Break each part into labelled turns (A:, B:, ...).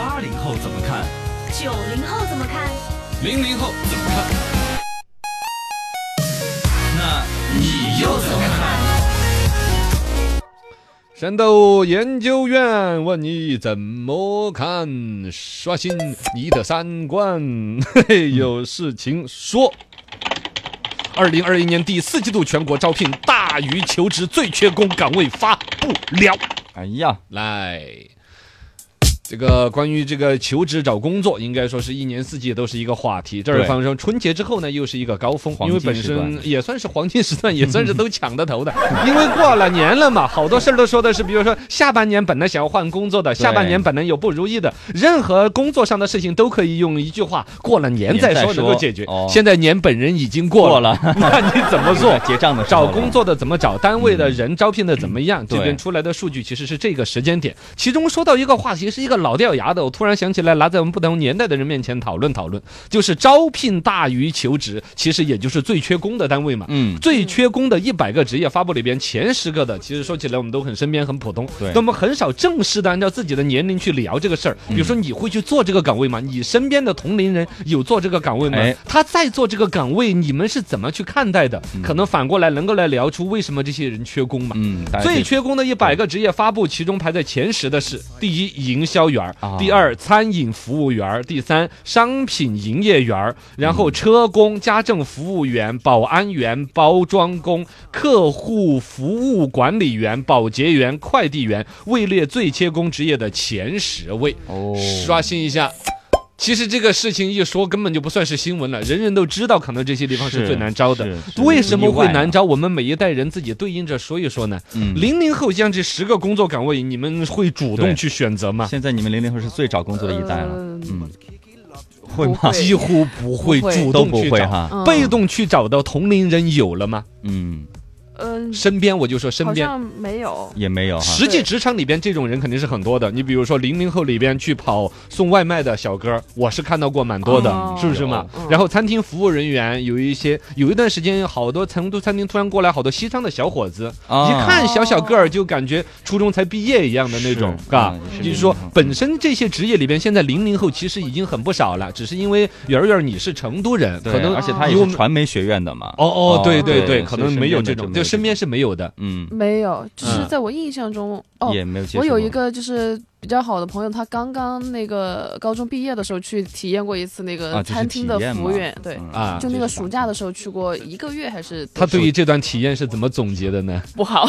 A: 怎么看？
B: 九零后怎么看？
A: 零零后怎么看？那你又怎么看？
C: 山豆研究院问你怎么看？刷新你的三观， 嘿嘿，有事情说。二零二一年第四季度全国招聘大于求职最缺工岗位发布了。
D: 哎呀，
C: 来，这个关于这个求职找工作，应该说是一年四季都是一个话题。这儿
D: 对
C: 放上春节之后呢，又是一个高峰，
D: 黄
C: 因为
D: 金
C: 本
D: 时段
C: 身也算是黄金时段，也算是都 抢得头的。因为过了年了嘛，好多事儿都说的是，比如说下半年本来想要换工作的，下半年本来有不如意的，任何工作上的事情都可以用一句话“过了年再说”
D: 年再
C: 能
D: 说
C: 够解决。
D: 哦
C: 现在年本人已经
D: 过
C: 过了，
D: 了，
C: 那你怎么 做？
D: 结账的时候
C: 找
D: 了嗯
C: 工作的怎么找，单位的人招聘的怎么样，
D: 对
C: 这边出来的数据其实是这个时间点。其中说到一个话题，是一个老掉牙的，我突然想起来，拿在我们不同年代的人面前讨论讨论，就是招聘大于求职，其实也就是最缺工的单位嘛。
D: 嗯，
C: 最缺工的一百个职业发布里边，前十个的，其实说起来我们都很身边很普通，
D: 对
C: 那我们很少正式的按照自己的年龄去聊这个事儿。
D: 嗯
C: 比如说，你会去做这个岗位吗？你身边的同龄人有做这个岗位吗
D: 哎？
C: 他在做这个岗位，你们是怎么去看待的？可能反过来能够来聊出为什么这些人缺工嘛。
D: 嗯，大家可
C: 最
D: 以
C: 缺工的一百个职业发布，其中排在前十的是：第一，营销员儿
D: 啊；
C: 第二，餐饮服务员儿；第三，商品营业员儿；然
D: 嗯
C: 后车工、家政服务员、保安员、包装工、客户服务管理员、保洁员、快递员，位列最缺工职业的前十位。
D: 哦，
C: 刷新一下。其实这个事情一说，根本就不算是新闻了，人人都知道，可能这些地方是
D: 是
C: 最难招的
D: 是。是
C: 为什么会
D: 意外啊
C: 难招？我们每一代人自己对应着说一说呢？
D: 嗯
C: 零零后像这十个工作岗位，你们会主动
D: 对
C: 去选择吗？
D: 现在你们零零后是最找工作的一代了，嗯，
E: 会吗
C: 几乎不会
E: 不会
C: 呃主
D: 都
C: 动
D: 不
C: 去
D: 会
C: 找，
D: 哈，
E: 嗯
C: 被动去找到同龄人有了吗？
D: 嗯，
E: 嗯，
C: 身边我就说身
E: 好
C: 边。
E: 像没有。
D: 也没有哈，
C: 实际职场里边这种人肯定是很多的，你比如说零零后里边去跑送外卖的小哥，我是看到过蛮多的，
E: 哦
C: 是不是嘛？
E: 有嗯
C: 然后餐厅服务人员有一些，有一段时间好多成都餐厅突然过来好多西昌的小伙子，
D: 啊
C: 一看小小个儿就感觉初中才毕业一样的那种，
D: 是
C: 嘎
D: 嗯。
C: 也
D: 是
C: 就是说
D: 嗯，
C: 本身这些职业里边，现在零零后其实已经很不少了，只是因为圆儿圆儿你是成都人，
D: 对
C: 可能
D: 而且他也
C: 有
D: 是传媒学院的嘛，
C: 哦哦，对对
D: 对
C: 对，可能没有这种，就身边，是没有的。
D: 所以没有这种
E: 没有，就是
C: 嗯
E: 在我印象中，
D: 嗯，
E: 哦，
D: 也没有接触过，
E: 我有一个就是比较好的朋友，他刚刚那个高中毕业的时候去体验过一次那
D: 啊
E: 个
D: 就是
E: 餐厅的
D: 体验
E: 服
D: 嘛
E: 务员，对，
D: 嗯
C: 啊
E: 就那个暑假的时候去过一个月还是多
C: 他对
E: 久
C: 于这段体验是怎么总结的呢？
E: 不好，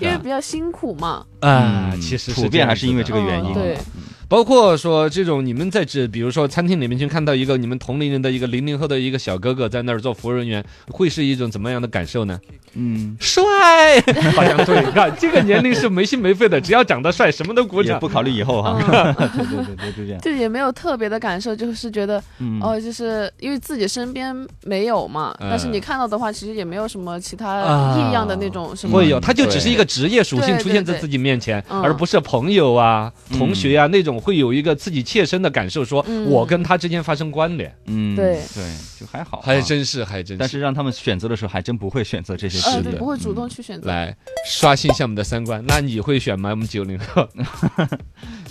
E: 因为比较辛苦嘛，
C: 啊，
D: 嗯
C: 其实
D: 普遍还是因为
C: 这
D: 这
C: 样子
D: 个原因，
E: 嗯对，
C: 的，包括说这种你们在这，比如说餐厅里面去看到一个你们同龄人的一个零零后的一个小哥哥在那儿做服务人员，会是一种怎么样的感受呢？
D: 嗯，
C: 帅， 好像对，啊，这个年龄是没心没肺的，只要长得帅，什么都鼓
D: 也
C: 掌。
D: 不考虑以后哈，
E: 嗯，
C: 啊
D: 对对对对，就这样，
E: 就也没有特别的感受，就是觉得
D: 嗯，
E: 哦，就是因为自己身边没有嘛，但是
C: 嗯
E: 你看到的话，其实也没有什么其他
C: 啊
E: 异样的那种什么
C: 会有，他就只是一个职业属性
E: 对
C: 出现在
E: 对对
C: 自己面前，
E: 嗯
C: 而不是朋友啊、
D: 嗯
C: 同学啊那种会有一个自己切身的感受，说
E: 嗯
C: 我跟他之间发生关联，
D: 嗯，
E: 对
D: 对，就还好，
C: 哦
D: 啊
C: 还。真是还真
D: 但是让他们选择的时候，还真不会选择这些
E: 呃，
D: 事
E: 对，
D: 的，
E: 不会主
D: 嗯
E: 动去选择。
C: 来刷新一下我们的三观。那你会选吗？我们九零后，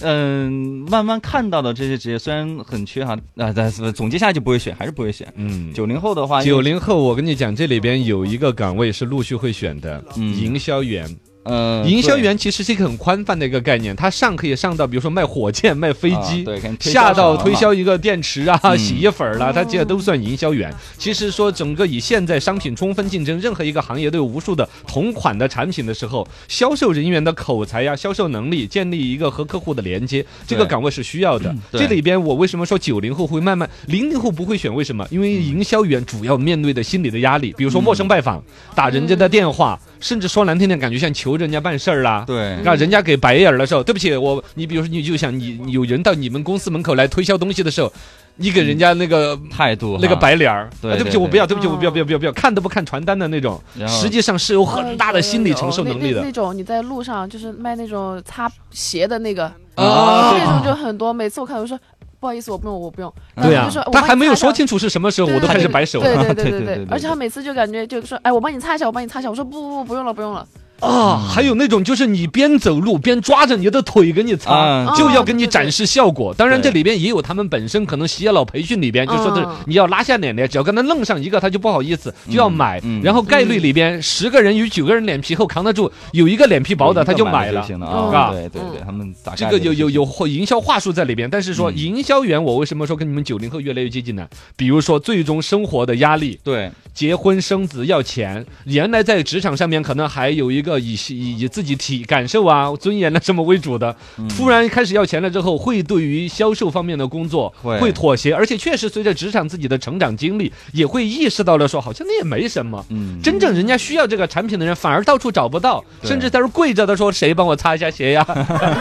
D: 嗯，慢慢看到的这些职业虽然很缺哈，啊，但是总结下来就不会选，还是不会选。
C: 嗯。
D: 九零后的话，
C: 九零后，我跟你讲，这里边有一个岗位是陆续会选的，
D: 嗯
C: 营销员。
D: 呃，
C: 营销员其实是一个很宽泛的一个概念，他上可以上到，比如说卖火箭、卖飞
D: 对
C: 机
D: 啊，对，看推销
C: 下到
D: 什么
C: 推
D: 嘛
C: 销一个电池啊、
D: 嗯
C: 洗衣粉儿啦，它这些都算营销员。其实说整个以现在商品充分竞争，任何一个行业都有无数的同款的产品的时候，销售人员的口才呀、销售能力，建立一个和客户的连接，这个
D: 对嗯
C: 岗位是需要的。
D: 对
C: 这里边我为什么说九零后会慢慢，零零后不会选？为什么？因为营销员主要面对的心理的压力，比如说
D: 嗯
C: 陌生拜访、打人家的电话，甚至说难听点，感觉像求人家办事儿啦。
D: 对，
C: 让人家给白眼儿的时候，对不起，我你比如说你就想你你有人到你们公司门口来推销东西的时候，你给人家那个。
D: 态度
C: 那个
D: 哈，
C: 白脸儿，
D: 嗯对
C: 啊不起，
D: 对
C: 我不要，对不起，
E: 哦
C: 我不要，不要，不要，不要，看都不看传单的那种，
D: 然后
C: 实际上是有很
E: 呃
C: 大的
E: 有
C: 心理
E: 有
C: 承受能
E: 那
C: 力
E: 呃那
C: 的
E: 那种你在路上就是卖那种擦鞋 的那个，
D: 啊
E: 这种就很多。每次我看我说不好意思，我不用，我不用。然后
C: 对
E: 就
C: 啊
E: 说，
C: 他还没有说
E: 清。
C: 清楚是什么时候，
E: 对
C: 我都
E: 对
C: 开始
E: 对
C: 摆手
E: 对
C: 了。
E: 对
D: 对
E: 对
D: 对对对
E: 而且他每次就感觉就说，哎，我帮你擦一下，我帮你擦一下。我说不不不，不用了，不用了。
C: 啊，还有那种就是你边走路边抓着你的腿给你擦，
D: 啊
C: 就要
E: 哦
C: 给你
E: 对对
C: 展示效果。当然，这
D: 对
C: 里边也有他们本身可能洗脑培训里边就说的
E: 嗯，
C: 你要拉下脸来，只要跟他弄上一个，他就不好意思，就要买
D: 嗯。嗯
C: 然后概率里边十个人有九个人脸皮厚扛得住，有一个脸皮薄的他就买
D: 了
C: 了
D: 就。行了
E: 嗯
D: 啊。对
E: 是吧
D: 对对，他们打
C: 这
D: 概
C: 个
D: 率
C: 有有
D: 就
C: 有
D: 行
C: 或营销话术在里边，但是说
D: 嗯
C: 营销员，我为什么说跟你们九零后越来越接近呢？比如说最终生活的压力，
D: 对
C: 结婚生子要钱，原来在职场上面可能还有一个以以以自己体感受啊、尊严啊什么为主的，
D: 嗯
C: 突然开始要钱了之后，会对于销售方面的工作
D: 会
C: 会妥协，而且确实随着职场自己的成长经历，也会意识到了说好像那也没什么。
D: 嗯
C: 真正人家需要这个产品的人，反而到处找不到，
D: 对
C: 甚至在这儿跪着的说：“谁帮我擦一下鞋呀？”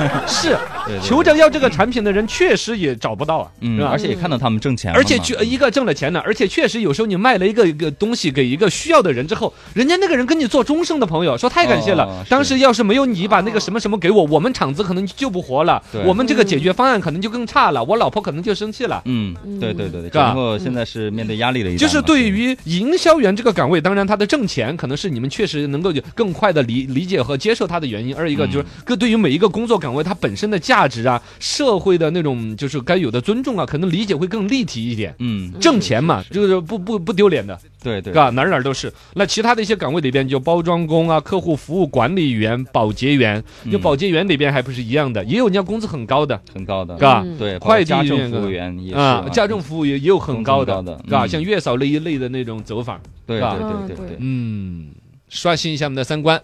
C: 是，
D: 对对对
C: 求着要这个产品的人确实也找不到啊，
D: 嗯
C: 是，吧
D: 而？且也看到他们挣钱了嘛，
C: 而且哎去一个挣了钱了，而且确实有时候你卖了一个一个东西给一个需要的人之后，人家那个人跟你做终生的朋友，说太感谢了。
D: 哦是哦
C: 当时要是没有你把那个什么什么给我，我们厂子可能就救不活了
D: 对，
C: 我们这个解决方案可能就更差了，我老婆可能就生气了。
D: 嗯，对对对对，九零后现在是面对压力的一代嘛，
C: 就是对于营销员这个岗位，当然他的挣钱可能是你们确实能够更快的理理解和接受他的原因。二一个
D: 嗯
C: 就是各对于每一个工作岗位它本身的价值啊，社会的那种就是该有的尊重啊，可能理解会更立体一点。
D: 嗯，
C: 挣钱嘛，就是不不不丢脸的，
D: 对对
C: 是，吧？哪儿哪儿都是。那其他的一些岗位里边，就包装工啊、客户服务管理员、保洁员，就
D: 嗯
C: 保洁员里边还不是一样的，也有人家工资很高的，
D: 很高的
C: 是，吧？
E: 嗯
D: 对，包括
C: 快递
D: 家政
C: 那个
D: 服务员也是
C: 啊
D: 啊，
C: 家政服务也也有很高的
D: 工资很高，的
C: 是吧？
D: 嗯
C: 像月嫂那一类的那种走法，
D: 对
C: 是吧
D: 对对对对，
C: 嗯，刷新一下我们的三观。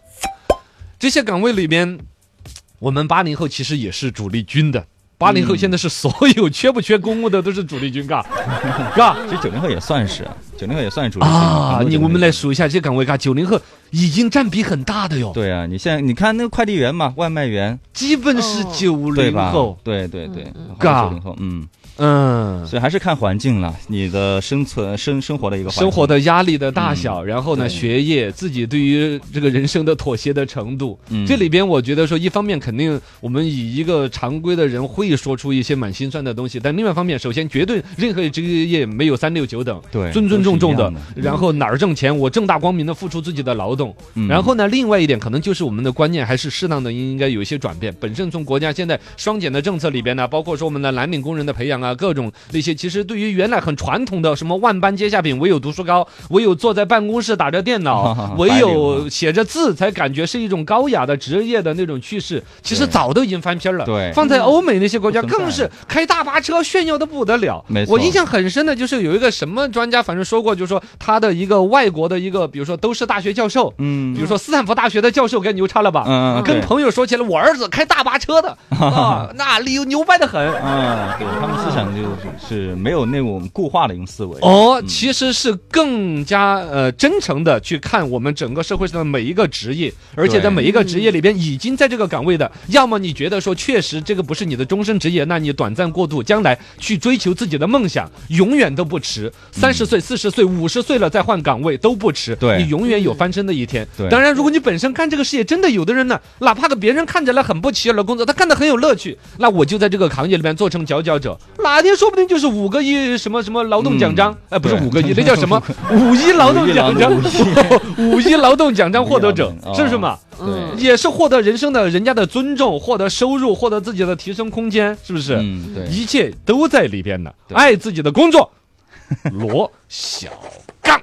C: 这些岗位里边，我们八零后其实也是主力军的。八零后
D: 嗯
C: 现在是所有缺不缺公务的都是主力 军，嘎，嘎。
D: 其实九零后也算是，啊九零后也算是主力军
C: 啊，你我们。来
D: 很多90后
C: 数一下这些岗位，嘎，九零后已经占比很大的哟，
D: 对啊，你现在你看那个快递员嘛，外卖员，
C: 基本是
E: 哦
C: 九
D: 对
C: 零
D: 吧
C: 后，？
D: 对对对，
C: 嘎
D: 九零后，嗯，
C: 嗯，
D: 所以还是看环境了，你的生存生生活的一个环境
C: 生活的压力的大小，然后呢，
D: 嗯对
C: 学业，自己对于这个人生的妥协的程度，
D: 嗯
C: 这里边我觉得说，一方面肯定我们以一个常规的人会说出一些蛮心酸的东西，但另外一方面，首先绝对任何一个职业没有三六九等，
D: 对
C: 尊尊重重
D: 都是
C: 的
D: 一样的，，
C: 然后哪儿挣钱，我正大光明的付出自己的劳动。然后呢，另外一点可能就是我们的观念还是适当的应该有一些转变。本身从国家现在双减的政策里边呢，包括说我们的蓝领工人的培养啊，各种那些，其实对于原来很传统的什么万般皆下品，唯有读书高，唯有坐在办公室打着电 脑唯
D: 白领
C: 有写着字才感觉是一种高雅的职业的那种趋势，其实
D: 对
C: 早都已经翻篇了。
D: 对
C: 放在欧美那些国家
D: 不存在
C: 更是开大巴车炫耀的不得了。
D: 没错
C: 我印象很深的就是有一个什么专家，反正说过，就是说他的一个外国的一个，比如说都是大学教授，
D: 嗯
C: 比如说斯坦福大学的教授该牛叉了吧？
D: 嗯，嗯
C: 跟
D: 对
C: 朋友说起来，我儿子开大巴 车的啊，那牛牛掰的很。
D: 嗯，对他们思想就是是没有那种固化的一种思维。嗯
C: 哦，其实是更加呃真诚的去看我们整个社会上的每一个职业，而且在每一个职业里边已经在这个岗位的，要么你觉得说确实这个不是你的终身职业，那你短暂过渡，将来去追求自己的梦想永远都不迟。三十岁、四十岁、五十岁了再换岗位都不迟，
D: 嗯对
C: 你永远有翻身的一天。
D: 对
C: 当然，如果你本身干这个事业，真的有的人呢，哪怕个别人看起来很不起眼的工作，他干得很有乐趣，那我就在这个行业里面做成佼佼者，哪天说不定就是五个一什么什么劳动奖章，哎，不是
D: 嗯对
C: 五个一，那叫什么五一劳动奖章，五一劳动奖章获得者
D: 五一劳动，哦
C: 是不是嘛？
E: 嗯
D: 对，
C: 也是获得人生的人家的尊重，获得收入，获得自己的提升空间，是不是？
D: 嗯，对，
C: 一切都在里边呢。
D: 对
C: 爱自己的工作，罗小刚。